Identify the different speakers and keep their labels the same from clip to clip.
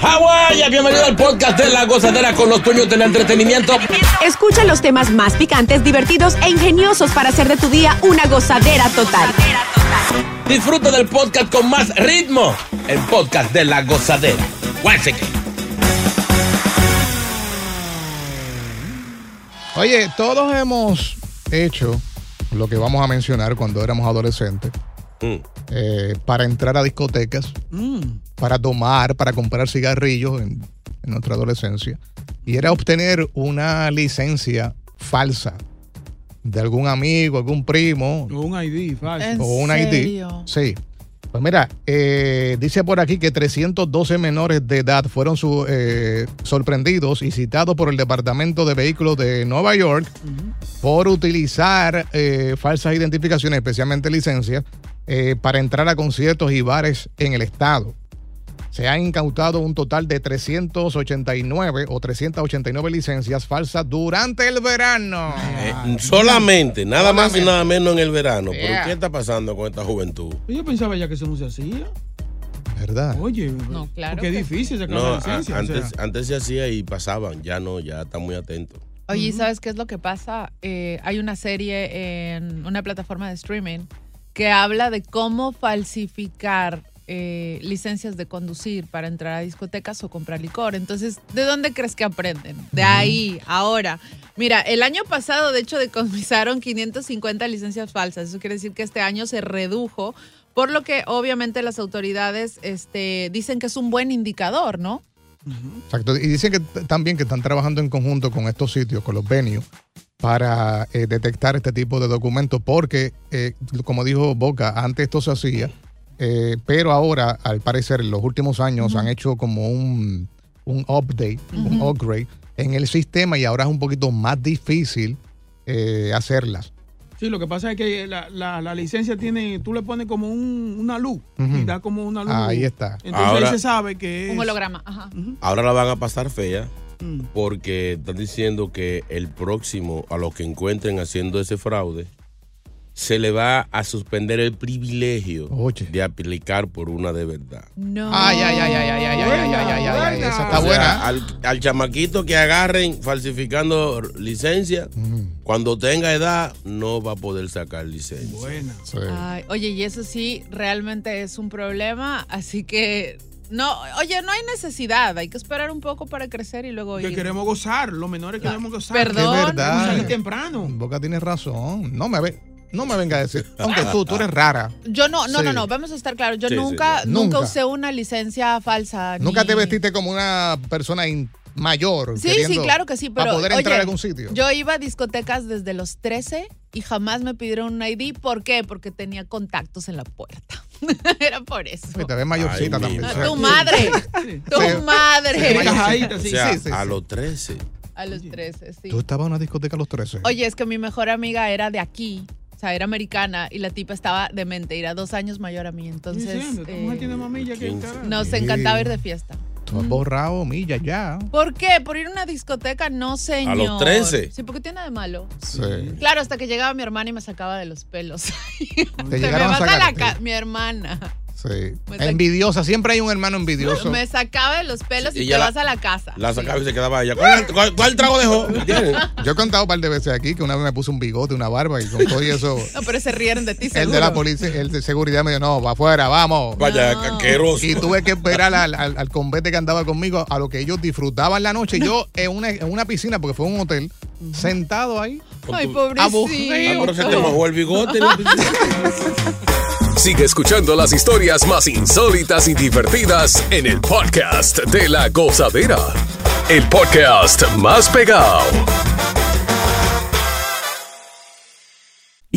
Speaker 1: Hawái, bienvenido al podcast de La Gozadera con los tuños del entretenimiento.
Speaker 2: Escucha los temas más picantes, divertidos e ingeniosos para hacer de tu día una gozadera total.
Speaker 1: Disfruta del podcast con más ritmo. El podcast de La Gozadera. Guáchate.
Speaker 3: Oye, todos hemos hecho lo que vamos a mencionar cuando éramos adolescentes eh, para entrar a discotecas, para tomar, para comprar cigarrillos en, en nuestra adolescencia. Y era obtener una licencia falsa de algún amigo, algún primo
Speaker 4: O un ID falso.
Speaker 3: o un ID. Sí. Pues mira, eh, dice por aquí que 312 menores de edad fueron su- eh, sorprendidos y citados por el Departamento de Vehículos de Nueva York por utilizar eh, falsas identificaciones, especialmente licencias, eh, para entrar a conciertos y bares en el estado. Se han incautado un total de 389 o 389 licencias falsas durante el verano.
Speaker 4: Ah.
Speaker 1: Eh, solamente, nada más y
Speaker 3: Solamente.
Speaker 1: nada menos en el verano.
Speaker 3: Yeah.
Speaker 1: ¿Pero qué está pasando con esta juventud?
Speaker 4: Yo pensaba ya que eso no se hacía.
Speaker 3: ¿Verdad?
Speaker 4: Oye,
Speaker 2: No, claro
Speaker 4: porque es
Speaker 2: que
Speaker 4: difícil sacar
Speaker 1: No,
Speaker 4: la licencia.
Speaker 1: a-
Speaker 4: o sea.
Speaker 1: antes, antes se hacía y pasaban. Ya no, ya está muy atento.
Speaker 5: Oye, ¿y ¿sabes qué es lo que pasa? Eh, hay una serie en una plataforma de streaming que habla de cómo falsificar eh, licencias de conducir para entrar a discotecas o comprar licor. Entonces, ¿de dónde crees que aprenden? De ahí, ahora. Mira, el año pasado, de hecho, decomisaron 550 licencias falsas. Eso quiere decir que este año se redujo, por lo que obviamente las autoridades este, dicen que es un buen indicador, ¿no?
Speaker 3: Exacto. Y dicen que t- también que están trabajando en conjunto con estos sitios, con los venues, para eh, detectar este tipo de documentos, porque, eh, como dijo Boca, antes esto se hacía, eh, pero ahora, al parecer, en los últimos años han hecho como un, un update, un upgrade en el sistema y ahora es un poquito más difícil eh, hacerlas.
Speaker 4: Sí, lo que pasa es que la, la- la licencia tiene, tú le pones como un- una luz
Speaker 3: Ujú.
Speaker 4: y da como una luz.
Speaker 3: Ahí está.
Speaker 4: Entonces
Speaker 1: Ahora-
Speaker 4: ahí se sabe que es.
Speaker 5: Un holograma. Ajá.
Speaker 1: Ahora la van a pasar fea
Speaker 4: Mm.
Speaker 1: porque están diciendo que el próximo a los que encuentren haciendo ese fraude se le va a suspender el privilegio
Speaker 3: Oye.
Speaker 1: de aplicar por una de verdad.
Speaker 5: No.
Speaker 3: Ay, ay, ay, ay, ay, ay, ay, ay, ay, ay, ay, esa está
Speaker 1: O sea,
Speaker 3: buena.
Speaker 1: al, al chamaquito que agarren falsificando licencia, cuando tenga edad, no va a poder sacar licencia.
Speaker 4: Buena.
Speaker 3: Sí.
Speaker 5: Ay, oye, y eso sí, realmente es un problema, así que no, oye, no hay necesidad, hay que esperar un poco para crecer y luego
Speaker 4: Que
Speaker 5: ir.
Speaker 4: queremos gozar, los menores queremos gozar.
Speaker 5: Ah. Perdón.
Speaker 3: Es
Speaker 4: Queremos
Speaker 3: verdad.
Speaker 4: salir temprano.
Speaker 3: Boca tiene razón. No me, ve, no me venga a decir. Aunque tú, tú eres rara.
Speaker 5: Yo no, no,
Speaker 3: Sí.
Speaker 5: no, no, vamos a estar claros, yo
Speaker 1: Sí, sí,
Speaker 5: nunca,
Speaker 3: sí.
Speaker 5: nunca
Speaker 3: Nunca.
Speaker 5: usé una licencia falsa.
Speaker 3: Nunca
Speaker 5: ni-
Speaker 3: te vestiste como una persona in- mayor.
Speaker 5: Sí, sí,
Speaker 3: queriendo-
Speaker 5: claro que sí, pero
Speaker 3: Para poder
Speaker 5: oye,
Speaker 3: entrar a algún sitio.
Speaker 5: Yo iba a discotecas desde los 13 y jamás me pidieron un ID, ¿por qué? Porque tenía contactos en la puerta. Era por eso.
Speaker 3: Y te ves mayorcita
Speaker 1: Ay,
Speaker 3: también.
Speaker 1: mi
Speaker 5: Ah,
Speaker 3: ¿sabes?
Speaker 5: Tu madre,
Speaker 3: Sí.
Speaker 5: tu madre.
Speaker 3: Sí.
Speaker 4: Cajadita, sí.
Speaker 1: O sea,
Speaker 3: sí, sí,
Speaker 1: a
Speaker 3: sí.
Speaker 1: los 13.
Speaker 5: A los 13, sí.
Speaker 3: Tú estabas en una discoteca a los 13.
Speaker 5: Oye, es que mi mejor amiga era de aquí O sea, era americana y la tipa estaba demente, era dos años mayor a mí. Entonces,
Speaker 4: Diciendo, esta
Speaker 5: eh,
Speaker 4: mujer tiene más millas que el carajo.
Speaker 5: nos encantaba ir de fiesta.
Speaker 3: Tú has borrado millas ya.
Speaker 5: ¿Por qué? ¿Por ir a una discoteca? No, señor.
Speaker 3: 13.
Speaker 5: Sí, porque tiene de malo.
Speaker 3: Sí.
Speaker 5: Claro, hasta que llegaba mi hermana y me sacaba de los pelos.
Speaker 3: Te
Speaker 5: Se me
Speaker 3: llegaron a
Speaker 5: baja la
Speaker 3: sacar.
Speaker 5: ca- mi hermana.
Speaker 3: Sí.
Speaker 5: Me sac-
Speaker 3: Envidiosa, siempre hay un hermano envidioso.
Speaker 5: Me sacaba de los pelos
Speaker 3: Sí,
Speaker 5: y,
Speaker 3: ella
Speaker 5: te
Speaker 3: la-
Speaker 5: vas a la casa.
Speaker 3: La
Speaker 1: sacaba y se quedaba allá.
Speaker 3: ¿Cuál, trago dejó?
Speaker 1: ¿Entiendes?
Speaker 3: Yo he contado un par de veces aquí que una vez me puse un bigote, una barba y con todo y eso.
Speaker 5: No, pero se rieron de ti,
Speaker 3: El
Speaker 5: seguro.
Speaker 3: de la policía, el de seguridad me dijo, no, va afuera, vamos.
Speaker 1: Vaya, No. asqueroso.
Speaker 3: Y tuve que esperar al, al, al convete que andaba conmigo, a lo que ellos disfrutaban la noche. Yo en una, en una piscina, porque fue un hotel, sentado ahí.
Speaker 5: Ay,
Speaker 3: aburrido.
Speaker 1: Ahora se te mojó el bigote.
Speaker 6: Sigue escuchando las historias más insólitas y divertidas en el podcast de la gozadera. El podcast más pegado.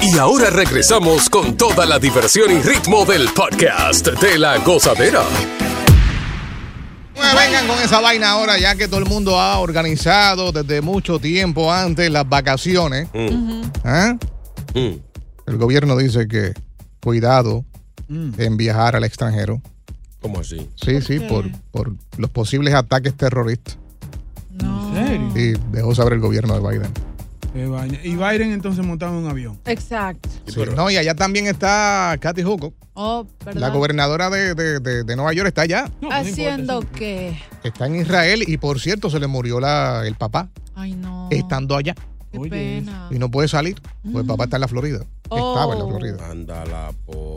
Speaker 6: Y ahora regresamos con toda la diversión y ritmo del podcast de la gozadera.
Speaker 3: Bueno, Pues Vengan con esa vaina ahora, ya que todo el mundo ha organizado desde mucho tiempo antes las vacaciones.
Speaker 1: Mm.
Speaker 3: ¿Ah? El gobierno dice que cuidado
Speaker 5: Mm.
Speaker 3: en viajar al extranjero.
Speaker 1: ¿Cómo así?
Speaker 3: Sí, sí, por, por los posibles ataques terroristas. ¿En serio? Y dejó saber el gobierno de Biden.
Speaker 4: Qué vaina. Y Biden entonces montaba un avión.
Speaker 5: Exacto.
Speaker 3: Sí, no, y allá también está Kathy Hugo.
Speaker 5: Oh, perdón.
Speaker 3: La gobernadora de, de- de- de Nueva York está allá.
Speaker 5: Haciendo que.
Speaker 3: Está en Israel y por cierto se le murió la- el papá
Speaker 5: Ay, no.
Speaker 3: estando allá.
Speaker 5: Qué pena. Mm.
Speaker 3: Y no puede salir, pues el papá está en la Florida. Estaba en la
Speaker 5: Oh.
Speaker 3: Florida.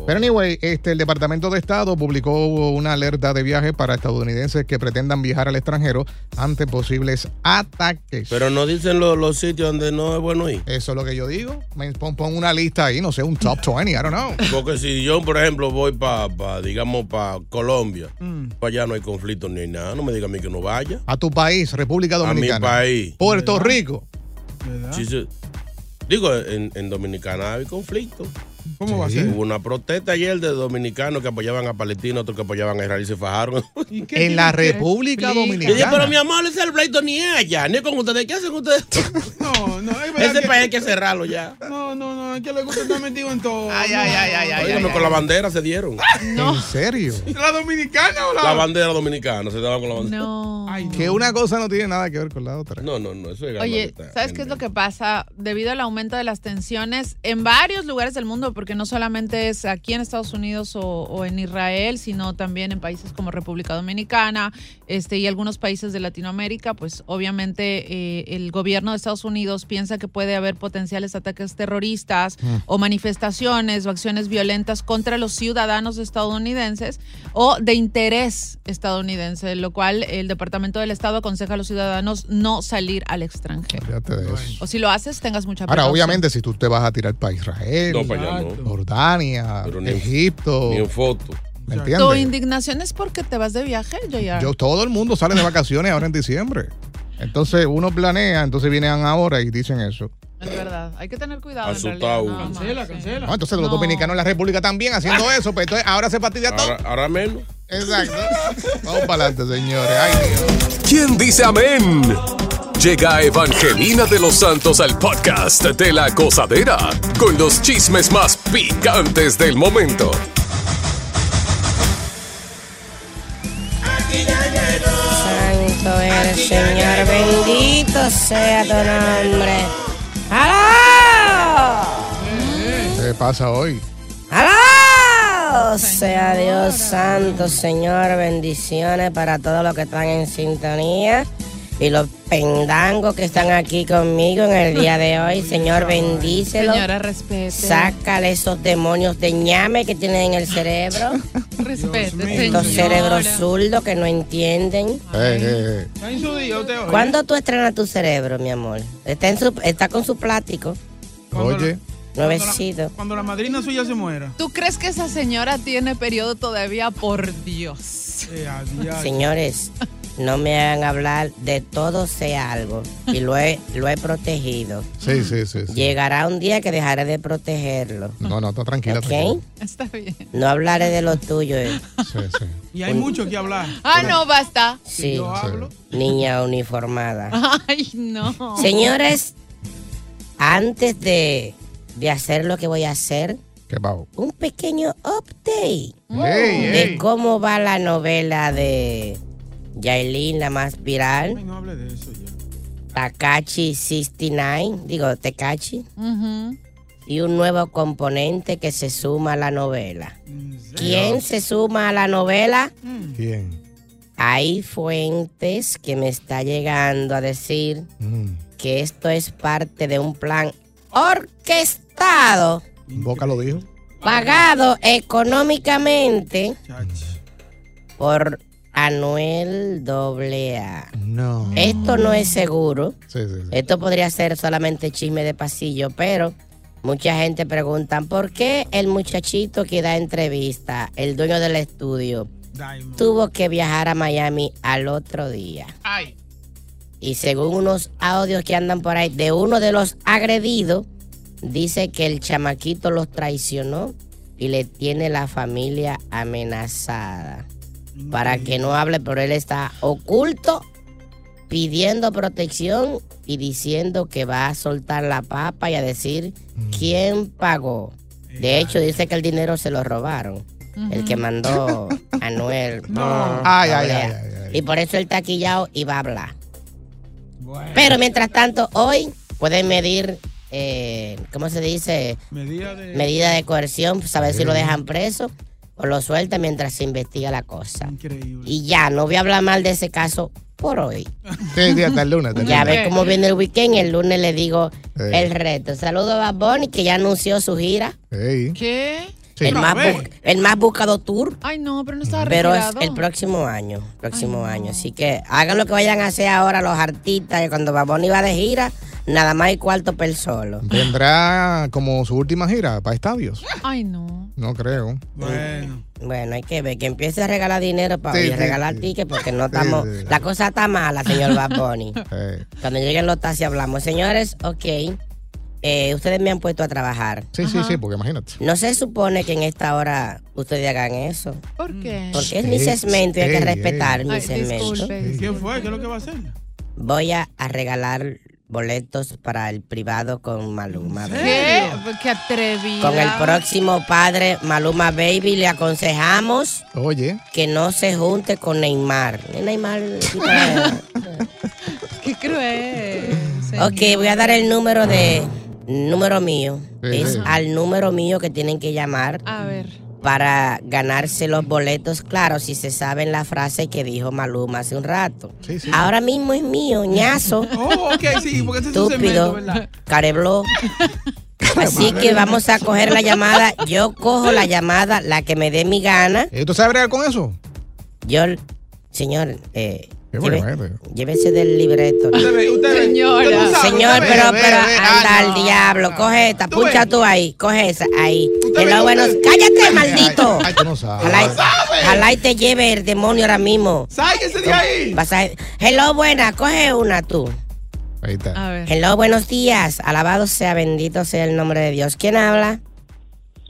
Speaker 3: Pero anyway, este, el Departamento de Estado publicó una alerta de viaje para estadounidenses que pretendan viajar al extranjero ante posibles ataques.
Speaker 1: Pero no dicen los, los sitios donde no es bueno ir.
Speaker 3: Eso es lo que yo digo. Me pon, pon una lista ahí, no sé, un top 20, I don't know.
Speaker 1: Porque si yo, por ejemplo, voy para, digamos, para Colombia, para allá no hay conflicto ni hay nada. No me diga a mí que no vaya.
Speaker 3: A tu país, República
Speaker 1: A mi
Speaker 3: Dominicana.
Speaker 1: país.
Speaker 3: Puerto Rico.
Speaker 1: Sí, sí. Digo, en, en Dominicana hay conflicto.
Speaker 4: ¿Cómo
Speaker 3: va a ser?
Speaker 1: Hubo una protesta ayer de dominicanos que apoyaban a Palestina, otros que apoyaban a Israel y se fajaron.
Speaker 3: En la República
Speaker 1: Y dice, pero mi
Speaker 3: Dominicana.
Speaker 1: amor, ese es el pleito ni es allá, ni es con ustedes. ¿Qué hacen ustedes?
Speaker 4: No, no, es verdad
Speaker 1: Ese
Speaker 4: que-
Speaker 1: país hay que cerrarlo ya.
Speaker 4: No, no, no, es que le gusta estar metido en todo. Ay,
Speaker 1: ay,
Speaker 4: ay,
Speaker 1: Óigame, con la bandera se dieron.
Speaker 3: ¿En serio?
Speaker 4: ¿La dominicana o la.?
Speaker 1: La bandera dominicana, se daban con la bandera.
Speaker 5: No.
Speaker 3: Que una cosa no tiene nada que ver con la otra.
Speaker 1: No, no, no, eso es
Speaker 5: Oye, ¿sabes qué es lo que pasa? Debido al aumento de las tensiones en varios lugares del mundo, porque no solamente es aquí en Estados Unidos o, o en Israel, sino también en países como República Dominicana este, y algunos países de Latinoamérica, pues obviamente eh, el gobierno de Estados Unidos piensa que puede haber potenciales ataques terroristas
Speaker 7: Mm.
Speaker 5: o manifestaciones o acciones violentas contra los ciudadanos estadounidenses o de interés estadounidense, lo cual el Departamento del Estado aconseja a los ciudadanos no salir al extranjero.
Speaker 3: Fíjate de eso.
Speaker 5: O si lo haces, tengas mucha
Speaker 3: Ahora,
Speaker 5: precaución.
Speaker 3: obviamente, si tú te vas a tirar para Israel,
Speaker 1: No, para allá no.
Speaker 3: Jordania, Egipto.
Speaker 1: Ni en foto.
Speaker 3: ¿Me
Speaker 5: Tu
Speaker 3: entiendes?
Speaker 5: indignación es porque te vas de viaje, Jayar.
Speaker 3: Yo, todo el mundo sale de vacaciones ahora en diciembre. Entonces uno planea, entonces vienen ahora y dicen eso.
Speaker 5: Es verdad. Hay que tener cuidado. en
Speaker 1: Asustado. Ah,
Speaker 5: realidad, nada más,
Speaker 4: Cancela,
Speaker 5: sí.
Speaker 4: cancela.
Speaker 3: No, entonces los dominicanos en la República también haciendo eso, pero entonces ahora se fastidia todo.
Speaker 1: Ahora, ahora menos.
Speaker 3: Exacto. Vamos para adelante, señores. Ay, Dios.
Speaker 6: ¿Quién dice amén? Llega Evangelina de los Santos al podcast de la gozadera con los chismes más picantes del momento.
Speaker 8: Santo eres, Señor, bendito sea tu nombre. ¡Alá!
Speaker 3: ¿Qué pasa hoy?
Speaker 8: ¡Alabado sea Dios santo, Señor. Bendiciones para todos los que están en sintonía y los pendangos que están aquí conmigo en el día de hoy. Señor, bendícelos.
Speaker 5: Señora, respete.
Speaker 8: Sácale esos demonios de ñame que tienen en el cerebro.
Speaker 5: Respete, señora.
Speaker 8: Estos cerebros zurdos que no entienden.
Speaker 4: Está en su día, usted oye.
Speaker 8: ¿Cuándo tú estrenas tu cerebro, mi amor? Está, en su- está con su plástico.
Speaker 3: Oye.
Speaker 8: Nuevecito.
Speaker 4: Cuando la madrina suya se muera.
Speaker 5: ¿Tú crees que esa señora tiene periodo todavía? Por Dios.
Speaker 8: Señores, no me hagan hablar de todo sea algo. Y lo he, lo he protegido.
Speaker 3: Sí, sí, sí. sí.
Speaker 8: Llegará un día que dejaré de protegerlo.
Speaker 3: No, no, está tranquila.
Speaker 8: ¿Ok?
Speaker 3: tranquila.
Speaker 5: Está bien.
Speaker 8: No hablaré de lo tuyo. eh.
Speaker 4: Y hay mucho que hablar.
Speaker 5: Ah, no, basta.
Speaker 8: Sí. Niña uniformada.
Speaker 5: Ay, no.
Speaker 8: Señores, antes de, de hacer lo que voy a hacer, un pequeño update
Speaker 3: Hey,
Speaker 8: de
Speaker 3: hey.
Speaker 8: cómo va la novela de Yailin, la más viral.
Speaker 4: No hable de eso ya.
Speaker 8: Takachi 69, digo Tekachi,
Speaker 5: Ujú.
Speaker 8: y un nuevo componente que se suma a la novela. ¿Quién se suma a la novela?
Speaker 3: ¿Quién?
Speaker 8: Hay fuentes que me está llegando a decir que esto es parte de un plan orquestado,
Speaker 3: Boca lo dijo.
Speaker 8: pagado económicamente por Anuel AA.
Speaker 3: No.
Speaker 8: Esto no es seguro.
Speaker 3: Sí, sí, sí.
Speaker 8: Esto podría ser solamente chisme de pasillo, pero mucha gente pregunta por qué el muchachito que da entrevista, el dueño del estudio, tuvo que viajar a Miami al otro día.
Speaker 4: Ay.
Speaker 8: Y según unos audios que andan por ahí de uno de los agredidos, dice que el chamaquito los traicionó y le tiene la familia amenazada. Para que no hable, pero él está oculto pidiendo protección y diciendo que va a soltar la papa y a decir quién pagó. De hecho, dice que el dinero se lo robaron. El que mandó a Noel.
Speaker 3: No. Ay, ay, ay,
Speaker 8: Y por eso él está quillado y va a hablar. Pero mientras tanto, hoy pueden medir, eh, ¿cómo se dice?
Speaker 4: Medida de.
Speaker 8: Medida de coerción, saber si lo dejan preso o lo sueltan mientras se investiga la cosa. Y ya, no voy a hablar mal de ese caso por hoy.
Speaker 3: Sí, sí, hasta el lunes. hasta el
Speaker 8: Ya
Speaker 3: lunes.
Speaker 8: ve cómo viene el weekend. El lunes le digo
Speaker 3: Ey.
Speaker 8: el reto. Saludos a Bad Bunny, que ya anunció su gira.
Speaker 3: Ey.
Speaker 5: ¿Qué?
Speaker 3: Sí.
Speaker 8: El, más
Speaker 3: Otra
Speaker 8: bu- el más buscado tour.
Speaker 5: Ay, no, pero no estaba
Speaker 8: Pero es
Speaker 5: retirado.
Speaker 8: el próximo año, próximo año. Así que hagan lo que vayan a hacer ahora los artistas. que Cuando Baboni va de gira, nada más hay cuarto per solo.
Speaker 3: Vendrá como su última gira para estadios.
Speaker 5: Ay, no.
Speaker 3: No creo.
Speaker 4: Bueno.
Speaker 8: Bueno, hay que ver que empiece a regalar dinero para
Speaker 3: Sí, sí,
Speaker 8: regalar tickets porque no estamos. La cosa está mala, señor Baboni.
Speaker 3: Ey.
Speaker 8: Cuando lleguen los taxis hablamos. Señores, ok. eh, ustedes me han puesto a trabajar.
Speaker 3: Sí, sí, sí, porque imagínate.
Speaker 8: No se supone que en esta hora ustedes hagan eso.
Speaker 5: ¿Por
Speaker 4: Mm.
Speaker 5: qué?
Speaker 8: Porque es mi segmento y hay que
Speaker 4: Ey, ey.
Speaker 8: respetar mi
Speaker 4: Ay,
Speaker 8: segmento.
Speaker 4: ¿Quién fue? ¿Qué es lo que va a hacer?
Speaker 8: Voy a, a regalar boletos para el privado con Maluma.
Speaker 5: ¿Qué? Pues Qué atrevida.
Speaker 8: Con el próximo padre Maluma Baby le aconsejamos
Speaker 3: Oye.
Speaker 8: que no se junte con Neymar. Neymar.
Speaker 5: Qué cruel.
Speaker 8: Eh. ok, voy a dar el número de número mío.
Speaker 5: Sí,
Speaker 8: Es
Speaker 5: sí.
Speaker 8: al número mío que tienen que llamar
Speaker 5: A ver.
Speaker 8: para ganarse los boletos, claro, si se saben la frase que dijo Maluma hace un rato. Ahora mismo es mío, ñazo.
Speaker 4: Oh, ok, sí, porque este es su segmento,
Speaker 8: Estúpido,
Speaker 4: ¿verdad?
Speaker 8: carebló. Así que vamos a coger la llamada. Yo cojo la llamada, la que me dé mi gana.
Speaker 3: ¿Y tú sabes bregar con eso?
Speaker 8: Yo, señor, eh,
Speaker 3: Qué
Speaker 8: lleve-
Speaker 3: bueno,
Speaker 8: llévese del libreto.
Speaker 4: Usted ve, usted ve.
Speaker 5: Señora.
Speaker 4: Usted no sabe,
Speaker 8: Señor,
Speaker 4: usted ve.
Speaker 8: pero,
Speaker 4: Ve,
Speaker 8: pero,
Speaker 4: ve.
Speaker 8: anda
Speaker 4: Ah,
Speaker 8: al diablo. Coge esta,
Speaker 4: Tú
Speaker 8: puncha
Speaker 4: ves.
Speaker 8: tú ahí. Coge esa, ahí.
Speaker 4: ve,
Speaker 8: Hello,
Speaker 4: usted
Speaker 8: buenos.
Speaker 4: ve.
Speaker 8: ¡Cállate, maldito!
Speaker 3: Ay, tú no sabes.
Speaker 8: Ojalá, ojalá y te lleve el demonio ahora mismo.
Speaker 4: ¡Sáquese de ahí!
Speaker 8: Vas a- Hello, buena, coge una tú.
Speaker 3: Ahí está.
Speaker 8: Hello, buenos días. Alabado sea, bendito sea el nombre de Dios. ¿Quién habla?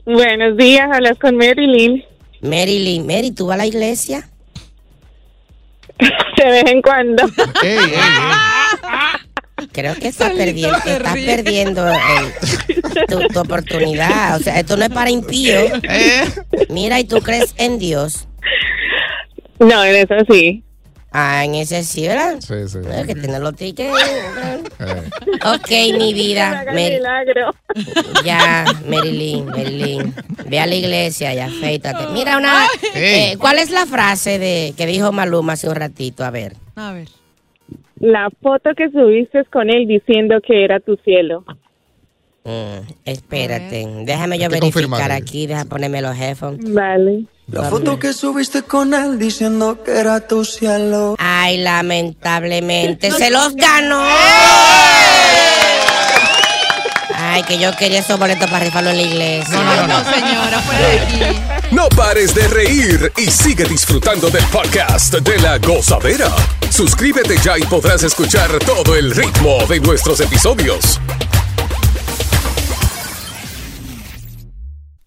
Speaker 7: Buenos días, hablas con Marilyn.
Speaker 8: Marilyn. Mary, ¿tú vas a la iglesia?
Speaker 7: De vez en cuando.
Speaker 8: Creo que estás perdiendo, estás perdiendo el- tu, tu oportunidad. O sea, esto no es para impío.
Speaker 3: Eh.
Speaker 8: Mira, ¿y tú crees en Dios?
Speaker 7: No, en eso sí.
Speaker 8: Ah, en ese sí, ¿verdad?
Speaker 3: Sí, Eh. sí.
Speaker 8: Hay que tener los tickets. ok, mi vida.
Speaker 7: Haga
Speaker 8: Mary-
Speaker 7: milagro.
Speaker 8: ya, Marilyn, Marilyn. Ve a la iglesia y afeítate. Mira una... eh, ¿Cuál es la frase de que dijo Maluma hace un ratito? A ver.
Speaker 5: A ver.
Speaker 7: La foto que subiste con él diciendo que era tu cielo.
Speaker 8: Mm, espérate. Déjame
Speaker 7: Hay
Speaker 8: yo
Speaker 7: que
Speaker 8: verificar
Speaker 7: confirmarlo.
Speaker 8: aquí. Deja ponerme los headphones.
Speaker 7: Vale.
Speaker 9: La foto que subiste con él diciendo que era tu cielo.
Speaker 8: Ay, lamentablemente se los ganó. Ay, que yo quería esos boletos para rifarlo en la iglesia.
Speaker 5: señora,
Speaker 6: No pares de reír y sigue disfrutando del podcast de la gozadera. Suscríbete ya y podrás escuchar todo el ritmo de nuestros episodios.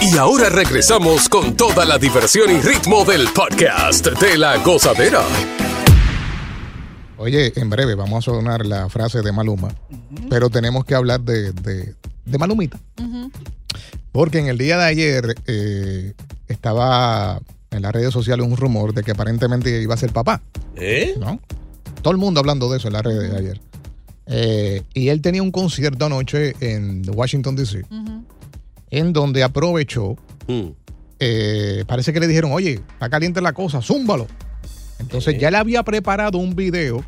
Speaker 6: Y ahora regresamos con toda la diversión y ritmo del podcast de la gozadera.
Speaker 3: Oye, en breve vamos a sonar la frase de Maluma, pero tenemos que hablar de, de- de Malumita. Porque en el día de ayer eh, estaba en las redes sociales un rumor de que aparentemente iba a ser papá.
Speaker 1: ¿Eh?
Speaker 3: ¿No? Todo el mundo hablando de eso en las redes de ayer. Eh, y él tenía un concierto anoche en Washington, D.C., en donde aprovechó, eh, parece que le dijeron, oye, está caliente la cosa, zúmbalo. Entonces ya le había preparado un video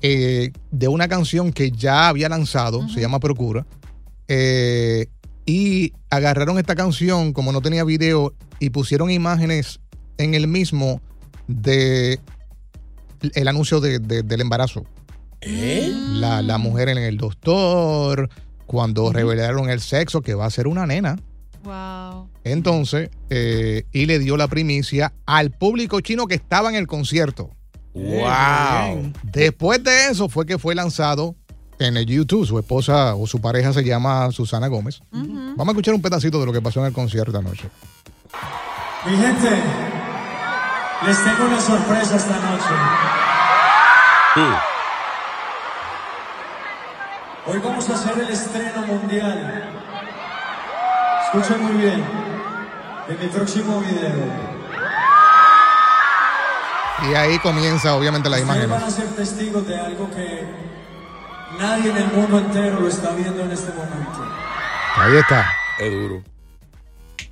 Speaker 3: eh, de una canción que ya había lanzado, se llama Procura. eh, y agarraron esta canción, como no tenía video, y pusieron imágenes en el mismo de el anuncio de- de- del embarazo. ¿Eh? La, la mujer en el doctor, cuando revelaron el sexo, que va a ser una nena. Entonces, eh, y le dio la primicia al público chino que estaba en el concierto.
Speaker 1: ¡Wow!
Speaker 3: Después de eso fue que fue lanzado en el YouTube. Su esposa o su pareja se llama Susana Gómez. Vamos a escuchar un pedacito de lo que pasó en el concierto anoche.
Speaker 10: Mi gente, les tengo una sorpresa esta noche. Hoy vamos a hacer el estreno mundial. Escuchen muy bien. De mi próximo video.
Speaker 3: Y ahí comienza, obviamente, las
Speaker 10: Ustedes
Speaker 3: imágenes.
Speaker 10: van a ser testigos de algo que nadie en el mundo entero lo está viendo en este momento.
Speaker 3: Ahí está.
Speaker 1: Es duro.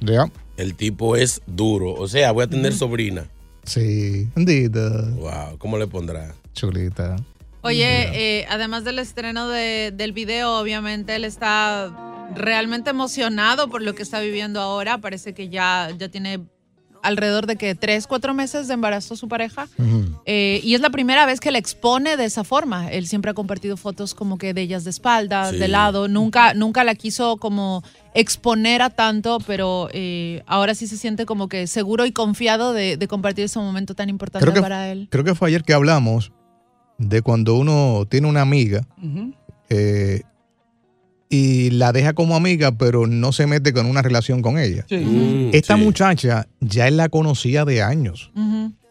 Speaker 3: Ya.
Speaker 1: El tipo es duro. O sea, voy a tener sobrina.
Speaker 3: Sí, bendita,
Speaker 1: Wow, ¿cómo le pondrá?
Speaker 3: chulita.
Speaker 5: Oye, eh, además del estreno de- del video, obviamente él está realmente emocionado por lo que está viviendo ahora. Parece que ya, ya tiene alrededor de que tres, cuatro meses de embarazo su pareja. Eh, y es la primera vez que la expone de esa forma. Él siempre ha compartido fotos como que de ellas de espaldas,
Speaker 11: Sí.
Speaker 5: de lado. Nunca, nunca la quiso como exponer a tanto, pero eh, ahora sí se siente como que seguro y confiado de, de compartir ese momento tan importante
Speaker 3: Creo que,
Speaker 5: para él.
Speaker 3: creo que fue ayer que hablamos de cuando uno tiene una amiga eh, y la deja como amiga, pero no se mete con una relación con ella.
Speaker 1: Mm,
Speaker 3: Esta muchacha ya él la conocía de años.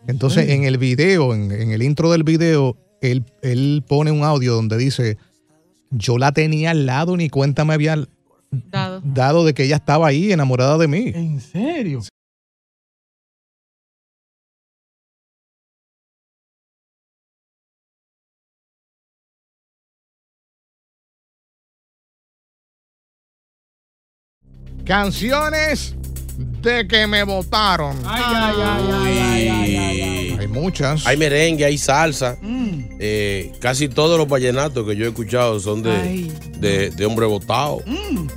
Speaker 3: Entonces, en el video, en, en el intro del video, él, él pone un audio donde dice: Yo la tenía al lado, ni cuenta me había
Speaker 5: dado,
Speaker 3: de que ella estaba ahí enamorada de mí.
Speaker 4: ¿En serio?
Speaker 3: Canciones de que me votaron.
Speaker 4: Ay, Mm. ay, ay, ay, ay, ay, ay, ay.
Speaker 3: Hay muchas.
Speaker 1: Hay merengue, hay salsa. Eh, casi todos los vallenatos que yo he escuchado son de,
Speaker 4: Ay. Mm.
Speaker 1: de, de hombre botado.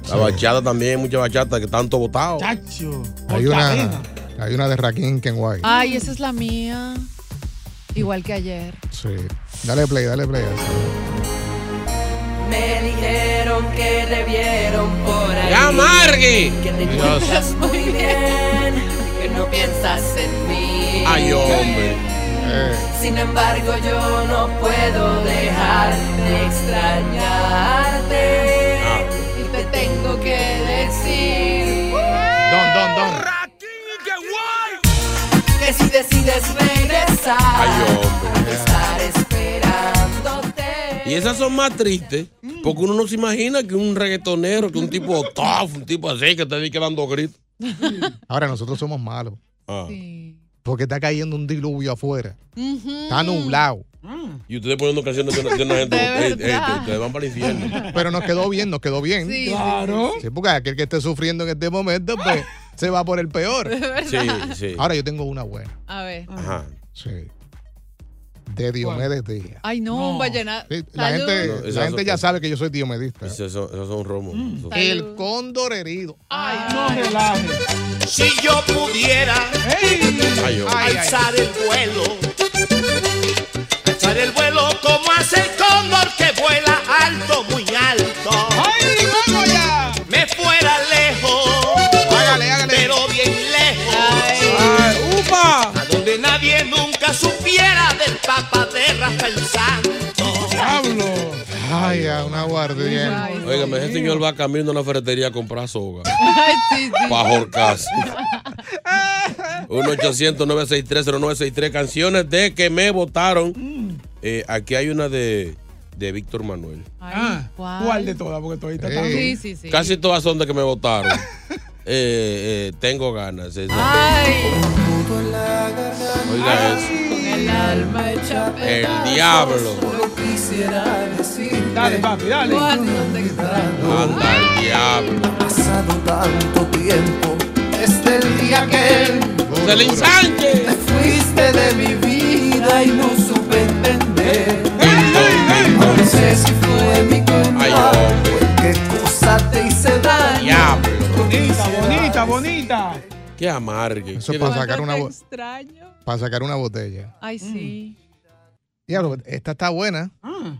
Speaker 1: La bachata también, mucha bachata que tanto botado.
Speaker 4: Chacho.
Speaker 3: Hay una, hay una de Raquín Kenway.
Speaker 5: Ay, esa es la mía. Igual que ayer.
Speaker 3: Sí. Dale play, dale play. a eso.
Speaker 11: Me dijeron que te vieron por ahí.
Speaker 1: ¡Ya, Margui!
Speaker 11: Que te
Speaker 1: Dios.
Speaker 11: encuentras muy bien, que no piensas en mí.
Speaker 1: Ay, hombre.
Speaker 11: Sin embargo, yo no puedo dejar de extrañarte. Y te tengo que decir.
Speaker 3: Don, don, don.
Speaker 11: Que si decides regresar,
Speaker 1: Ay, hombre.
Speaker 11: estar esperándote.
Speaker 1: Y esas son más tristes,
Speaker 4: Mm.
Speaker 1: porque uno no se imagina que un reggaetonero, que un tipo tough, un tipo así, que te vi quedando gritos.
Speaker 3: Ahora nosotros somos malos.
Speaker 1: Ah.
Speaker 3: Porque está cayendo un diluvio afuera. Está nublado.
Speaker 1: Y ustedes poniendo canciones de una, de una gente. Ey, ey, te- ustedes van para el infierno.
Speaker 3: Pero nos quedó bien, nos quedó bien.
Speaker 1: Sí, sí, Claro.
Speaker 3: Sí, porque aquel que esté sufriendo en este momento, pues se va por el peor.
Speaker 5: Es verdad. Sí, sí.
Speaker 3: Ahora yo tengo una buena.
Speaker 5: A ver.
Speaker 1: Ajá.
Speaker 3: Sí. De Diomedes Díaz.
Speaker 5: Ay, no, un vallenato.
Speaker 3: Sí, la
Speaker 5: Salud.
Speaker 3: gente,
Speaker 1: No,
Speaker 3: la
Speaker 1: esas
Speaker 3: gente
Speaker 1: son-
Speaker 3: ya sabe que yo soy diomedista.
Speaker 1: Esos son, esos son romos. Esos-
Speaker 3: El cóndor herido.
Speaker 4: Ay, no relajes.
Speaker 12: Si yo pudiera
Speaker 1: Ay, oh. hombre.
Speaker 12: alzar el vuelo, alzar el vuelo como hace el cóndor que vuela alto, muy alto. Me fuera lejos, pero bien lejos. A donde nadie nunca supiera del papa de Rafael Santo.
Speaker 3: Ay, a una guardia.
Speaker 1: Óigame, ese señor va camino a una ferretería a comprar soga.
Speaker 5: Ay, sí, sí.
Speaker 1: Para Jorcas. 1 800 963 0963 Canciones de que me
Speaker 5: Mm.
Speaker 1: votaron. Eh, aquí hay una de, de Víctor Manuel.
Speaker 4: Ah, ¿Cuál de todas? Porque todavía está tan-
Speaker 5: Sí, sí, sí.
Speaker 1: Eh, Casi todas son de que me votaron. Eh, eh, tengo ganas. esa. Oiga eso.
Speaker 11: Con el alma hecha
Speaker 1: El
Speaker 11: pedazos,
Speaker 1: diablo.
Speaker 11: solo quisiera decir
Speaker 4: Dale, papi, dale.
Speaker 11: cuánto te extraño.
Speaker 1: Anda el diablo.
Speaker 11: Ha pasado tanto tiempo desde el día que
Speaker 1: ¡Celine Sánchez!
Speaker 11: te fuiste de mi vida y no supe entender. No sé si fue mi culpa o en qué cosa te hice daño.
Speaker 1: Diablo.
Speaker 4: Bonita, bonita, bonita.
Speaker 1: Qué amargue.
Speaker 3: Eso
Speaker 1: Qué
Speaker 3: para
Speaker 1: de-
Speaker 3: sacar una bo-
Speaker 5: Extraño.
Speaker 3: para sacar una botella.
Speaker 5: Ay, sí.
Speaker 3: Diablo, esta está buena.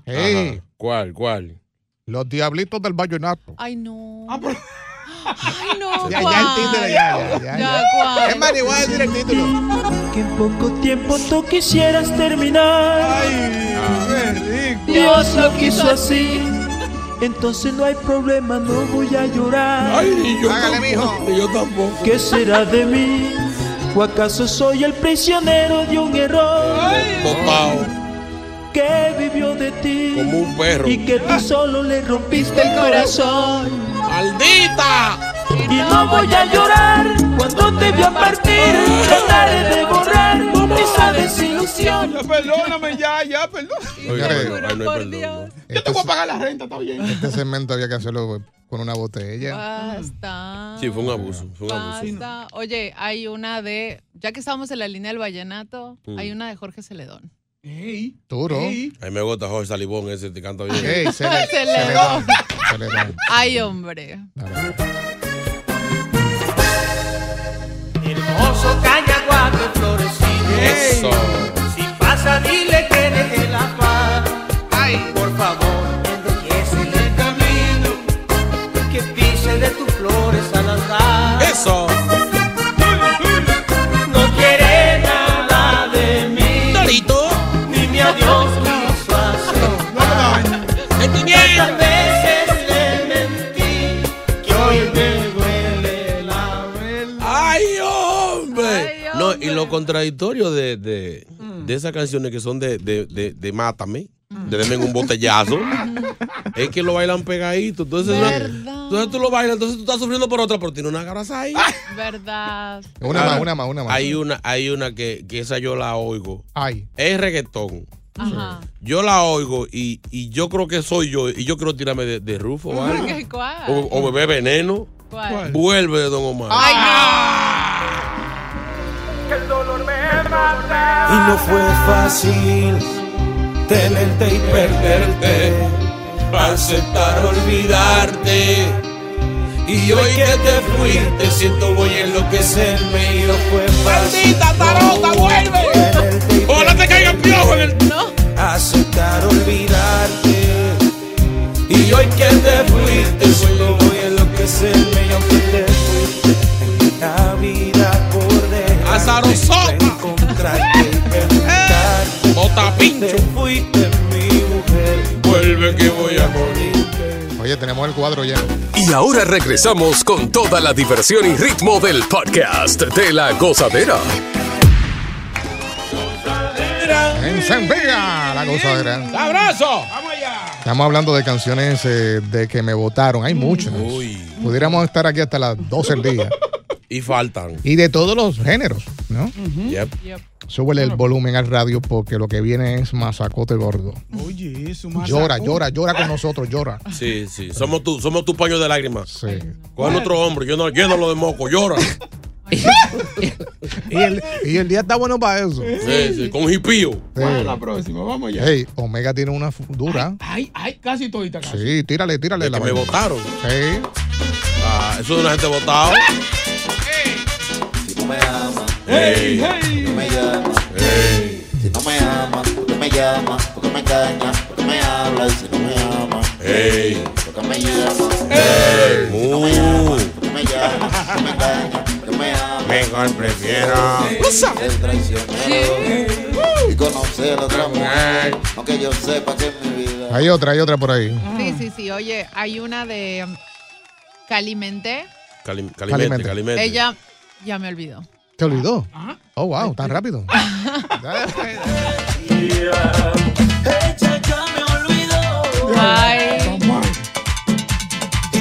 Speaker 3: Ey,
Speaker 1: Ajá. ¿Cuál, cuál?
Speaker 3: los diablitos del vallenato.
Speaker 5: Ay, no. Ay, no.
Speaker 3: Ya, ya el
Speaker 5: Juan.
Speaker 3: título, ya, ya, ya,
Speaker 5: Ya,
Speaker 3: ya.
Speaker 5: Juan.
Speaker 3: Es más, ni voy a decir el título.
Speaker 12: Que en poco tiempo tú quisieras terminar. Dios lo quiso así. Entonces no hay problema, no voy a llorar.
Speaker 1: Ay, ni yo tampoco, ni yo tampoco.
Speaker 12: ¿Qué será de mí? ¿O acaso soy el prisionero de un error
Speaker 1: Botao,
Speaker 12: que vivió de ti
Speaker 1: como un perro. Ah.
Speaker 12: y que tú solo le rompiste el corazón?
Speaker 1: ¡Maldita!
Speaker 12: Y no voy a llorar cuando te vea partir. Trataré de borrar esa desilusión.
Speaker 4: Ya, perdóname, ya, ya, perdón.
Speaker 1: Oiga,
Speaker 3: Señores,
Speaker 1: bueno, ay, no hay perdón, ¿no?
Speaker 4: Yo te voy a pagar la renta, está bien.
Speaker 3: Este segmento había que hacerlo con una botella.
Speaker 5: Basta.
Speaker 1: Sí, fue un abuso. Fue un abuso.
Speaker 5: Basta. Oye, hay una de. Ya que estábamos en la línea del vallenato,
Speaker 1: Mm.
Speaker 5: hay una de Jorge Celedón.
Speaker 4: Ey,
Speaker 3: Duro.
Speaker 4: ey.
Speaker 1: A mí me gusta Jorge Salivón, ese te canta bien.
Speaker 3: Ey, se le,
Speaker 5: Ay,
Speaker 3: se
Speaker 5: se
Speaker 3: le
Speaker 5: le
Speaker 3: da. Se le da.
Speaker 5: Ay, hombre.
Speaker 12: Hermoso cañaguato florecido.
Speaker 1: Eso.
Speaker 12: Si pasa, dile que deje la paz. Ay, por favor, embellece el camino. Que pise de tus flores al andar.
Speaker 1: Eso.
Speaker 12: No quiere nada de mí.
Speaker 1: Dorito.
Speaker 12: Ni mi adiós quiso hacer. Tantas veces le mentí. Que hoy me duele la verdad.
Speaker 1: ¡Ay, hombre!
Speaker 5: Ay,
Speaker 1: No, y
Speaker 5: hombre. Mm.
Speaker 1: lo contradictorio de, de, de esas canciones que son de, de, de, de Mátame, de Deme un botellazo, es que lo bailan pegadito. Entonces,
Speaker 5: ¿Verdad?
Speaker 1: entonces tú lo bailas, entonces tú estás sufriendo por otra, pero tiene una grasa ahí.
Speaker 5: Verdad.
Speaker 3: Una
Speaker 1: Ahora,
Speaker 3: más, una más, una más.
Speaker 1: Hay una, hay una que, que esa yo la oigo.
Speaker 3: Ay.
Speaker 1: Es reggaetón.
Speaker 5: Ajá.
Speaker 1: Yo la oigo y, y yo creo que soy yo y yo quiero tirarme de, de Rufo o algo.
Speaker 5: ¿Qué- ¿Cuál?
Speaker 1: O, o beber veneno.
Speaker 5: ¿Cuál?
Speaker 12: Ah,
Speaker 1: Vuelve, don Omar.
Speaker 5: Ay, no.
Speaker 12: Que el dolor me mata. Y no fue fácil tenerte y perderte, aceptar olvidarte. Y hoy que te fuiste siento voy a enloquecerme y no fue fácil. ¡Maldita tarota, vuelve! ¡Hola, te caigan piojo en el...! Aceptar olvidarte. Y hoy que te fuiste siento voy a enloquecerme y aunque te fuiste en la vida por dejar. encontrarte y preguntarte. ¡Bota pincho! fuiste mi mujer. Vuelve que voy a morir.
Speaker 3: Oye, tenemos el cuadro ya.
Speaker 6: Y ahora regresamos con toda la diversión y ritmo del podcast de la gozadera.
Speaker 3: Encendida la gozadera.
Speaker 1: ¡Abrazo!
Speaker 3: Estamos hablando de canciones eh, de que me votaron. Hay muchas. Pudiéramos estar aquí hasta las 12 del día.
Speaker 1: Y faltan.
Speaker 3: Y de todos los géneros, ¿no?
Speaker 1: Yep.
Speaker 3: Súbele el volumen al radio porque lo que viene es masacote gordo.
Speaker 13: Oye, eso,
Speaker 3: Llora, llora, llora con nosotros, llora.
Speaker 1: Sí, sí. Somos tu, somos tu paño de lágrimas. Sí. Con otro hombre, yo no, llénalo de moco, llora.
Speaker 3: Y el, y el día está bueno para eso.
Speaker 1: Sí, sí, con jipío.
Speaker 13: ¿Cuál es la próxima? Vamos ya.
Speaker 3: Hey, Omega tiene una fu- dura.
Speaker 13: Ay, ay, casi todita. casi.
Speaker 3: Sí, tírale, tírale.
Speaker 1: De
Speaker 3: la
Speaker 1: que me
Speaker 3: vaina.
Speaker 1: votaron.
Speaker 3: Sí.
Speaker 1: Ah, eso de una gente votada.
Speaker 12: Si no me amas, no me llamas. Si no me amas, ¿por qué me llamas? ¿Por qué me engañas? ¿Por qué me hablas? Si no me amas, ¿por qué me llamas? Si no me amas, ¿por qué me llamas? ¿Por qué me engañas? ¿Por qué me hablas?
Speaker 1: Mejor
Speaker 12: El traicionero y conocer a otra mujer, aunque yo sepa que es mi vida.
Speaker 3: Hay otra, hay otra por ahí.
Speaker 5: Sí, sí, sí. Oye, hay una de um, Calimenté.
Speaker 1: Calim-
Speaker 3: Calimente.
Speaker 1: Calimente, calimente.
Speaker 5: Ella ya me olvidó.
Speaker 3: ¿Te olvidó? Oh, wow, tan rápido.
Speaker 5: Ay.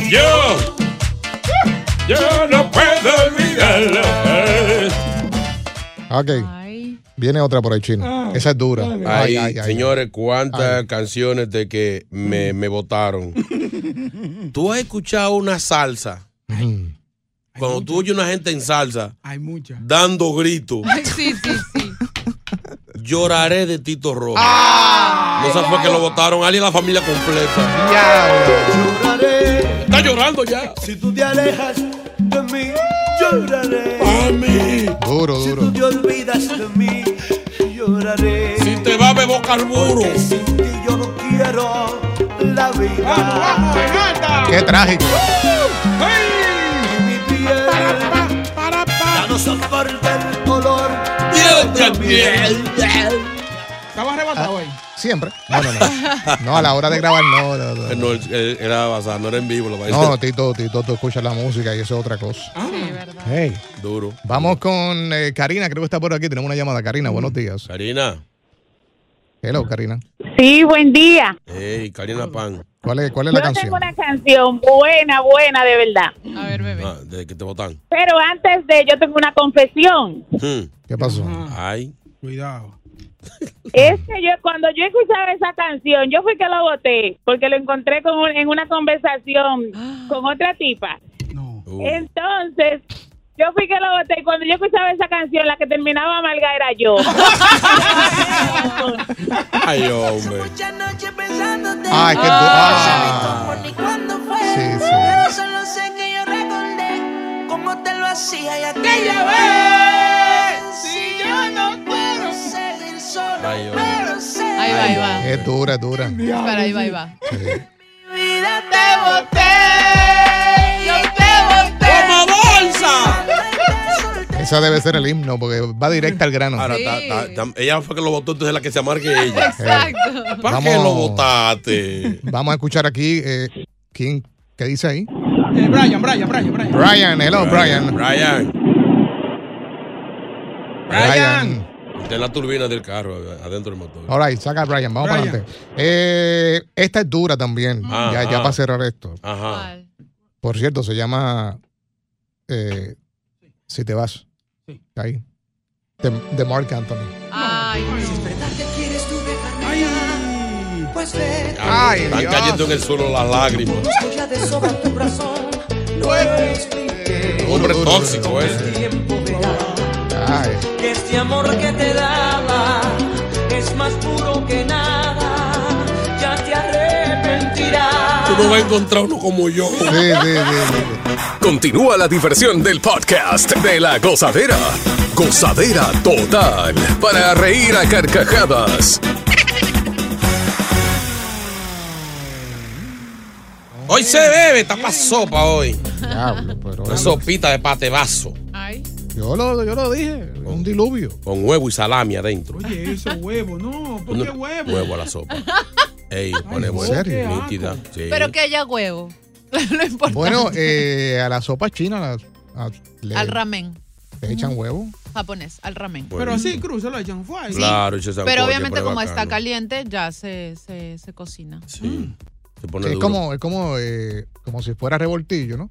Speaker 12: Yo, yo no puedo olvidarla.
Speaker 3: Ok. Viene otra por ahí, chino. Esa es dura.
Speaker 1: Ahí,
Speaker 3: Ay, ay, ay.
Speaker 1: señores, cuántas canciones de que me, me votaron. Tú has escuchado una salsa. Cuando tú oyes una gente en salsa,
Speaker 13: Hay muchas.
Speaker 1: dando gritos,
Speaker 13: Ay, sí, sí, sí.
Speaker 1: lloraré de Tito Rojo. no sé por qué lo votaron, alguien la familia completa. Está llorando ya.
Speaker 12: Si tú te alejas de mí, lloraré. A mí.
Speaker 3: Duro, duro.
Speaker 12: Te olvidas de mí, lloraré. Si te va, bebo carburo. Porque sin ti yo no quiero la vida. ¡Vamos,
Speaker 3: Qué trágico.
Speaker 12: Ya no soporta el color. Yo también.
Speaker 13: Estaba arrebatado ahí.
Speaker 3: Siempre. No, no, no. No, a la hora de grabar, no. No, no.
Speaker 1: No, él- él era basado, no era en vivo. Lo va a
Speaker 3: No,
Speaker 1: decir.
Speaker 3: Tito, Tito, tú escuchas la música y eso es otra cosa. Hey.
Speaker 1: Duro.
Speaker 3: Vamos con eh, Karina, creo que está por aquí. Tenemos una llamada. Karina,
Speaker 1: Mm.
Speaker 3: buenos días.
Speaker 1: Karina.
Speaker 3: Hello, Karina.
Speaker 7: Sí, buen día.
Speaker 1: Ey, Karina Pan.
Speaker 3: ¿Cuál es, cuál es
Speaker 7: Yo
Speaker 3: la canción?
Speaker 7: tengo una canción buena, buena, de verdad.
Speaker 5: A ver, bebé.
Speaker 1: Ah, desde que te votan.
Speaker 7: Pero antes de, yo tengo una confesión.
Speaker 3: Hmm. ¿Qué pasó?
Speaker 1: Ay.
Speaker 13: Cuidado.
Speaker 7: Es que yo, cuando yo escuchaba esa canción, yo fui que la voté, porque lo encontré con un- en una conversación con otra tipa. Entonces, yo fui que la voté y cuando yo escuchaba esa canción, la que terminaba amarga era yo.
Speaker 1: Ay, hombre.
Speaker 3: Ay, qué duro.
Speaker 12: Ah.
Speaker 3: Ah.
Speaker 12: Sí, sí.
Speaker 3: Pero
Speaker 12: solo sé que yo recordé cómo te lo hacía y aquella vez. Si yo no puedo seguir solo,
Speaker 3: Ay,
Speaker 12: pero sé
Speaker 5: Ahí va, ahí va.
Speaker 3: Es dura, es dura.
Speaker 12: Eh,
Speaker 5: Espera, ahí va, ahí va.
Speaker 12: vida te boté. Yo te boté. ¡Como bolsa!
Speaker 3: Esa debe ser el himno porque va directa al grano.
Speaker 1: Ahora, ta- ta- ta- Ah, ella fue que lo votó, entonces es la que se amargue ella.
Speaker 12: Exacto.
Speaker 1: ¿Para qué lo votaste?
Speaker 3: Vamos a escuchar aquí. eh, ¿Quién? ¿Qué dice ahí?
Speaker 5: Eh,
Speaker 13: Brian, Brian, Brian, Brian.
Speaker 3: Brian, eh, hello, Brian.
Speaker 1: Brian.
Speaker 3: Brian.
Speaker 1: Está en la turbina del carro, adentro del motor.
Speaker 3: All right, saca a Brian, vamos para adelante. Eh, esta es dura también,
Speaker 1: Ah,
Speaker 3: ya, ya
Speaker 1: ah.
Speaker 3: para cerrar esto.
Speaker 1: Ajá.
Speaker 3: Por cierto, se llama eh, Si te vas. Ahí. De, de Mark Anthony.
Speaker 5: Ay,
Speaker 12: Pues ve,
Speaker 3: Ay,
Speaker 1: Están
Speaker 3: Dios.
Speaker 1: cayendo en el suelo las lágrimas.
Speaker 12: ya de sobra tu razón. No expliqué.
Speaker 1: Hombre tóxico, eh.
Speaker 12: que este amor que te da
Speaker 1: no va a encontrar uno como yo.
Speaker 6: Continúa la diversión del podcast de la gozadera. Gozadera total. Para reír a carcajadas.
Speaker 1: Hoy se bebe, está pa' sopa hoy. Una sopita de pate vaso.
Speaker 3: Yo lo, yo lo dije, un diluvio.
Speaker 1: Con huevo y salami adentro.
Speaker 4: Oye, eso huevo, no, ¿por qué
Speaker 1: No,
Speaker 4: huevo?
Speaker 1: Huevo a la sopa. Ey, pone
Speaker 3: ¿en
Speaker 1: huevo.
Speaker 3: serio?
Speaker 1: Nítida. Sí.
Speaker 5: Pero que haya huevo. Lo importante.
Speaker 3: Bueno, eh, a la sopa china las- a- le,
Speaker 5: al ramen
Speaker 3: le echan huevo.
Speaker 5: japonés, al ramen.
Speaker 4: Pero
Speaker 3: Mm.
Speaker 4: así, cruz, se lo echan fuera.
Speaker 1: Claro, y se zancocha,
Speaker 5: Pero obviamente
Speaker 1: pero
Speaker 5: como
Speaker 1: bacano.
Speaker 5: está caliente, ya se, se, se cocina. Mm.
Speaker 1: Se pone
Speaker 3: Sí, es
Speaker 1: duro.
Speaker 3: como, es como, eh, como si fuera revoltillo, ¿no?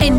Speaker 14: En